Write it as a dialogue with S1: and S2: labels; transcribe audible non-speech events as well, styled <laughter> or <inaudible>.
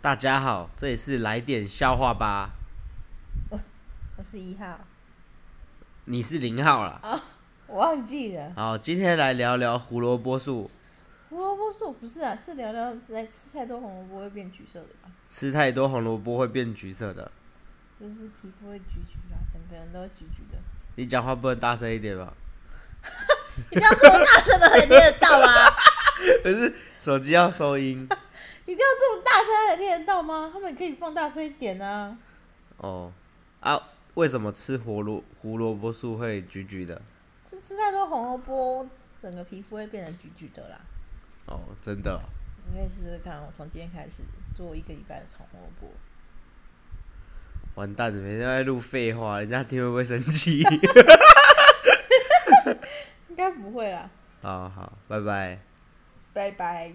S1: 大家好，这里是来点笑话吧，
S2: 我是一号，
S1: 你是零号啦。
S2: 我忘记了。
S1: 好，今天来聊聊胡萝卜素，
S2: 胡萝卜素不是啊，是聊聊来吃太多红萝卜会变橘色的吧？
S1: 吃太多红萝卜会变橘色的。
S2: 就是皮肤会橘橘的啊，整个人都橘橘的。
S1: 你讲话不能大声一点吗？
S2: 你这样这么大声的，还听得到吗？ <laughs>
S1: 可是手机要收音
S2: 你这样这么大声还听得到吗？他们可以放大声一点啊。
S1: 哦。啊，为什么吃胡萝胡萝卜素会橘橘的？
S2: 吃吃太多红萝卜，整个皮肤会变成橘橘的啦。
S1: 哦，真的哦、
S2: 你可以试试看，我从今天开始做一个礼拜的红萝卜。
S1: 完蛋了，每天都在录废话，人家听会不会生气？
S2: 应该不会啦，
S1: 好好，拜拜。
S2: 拜拜。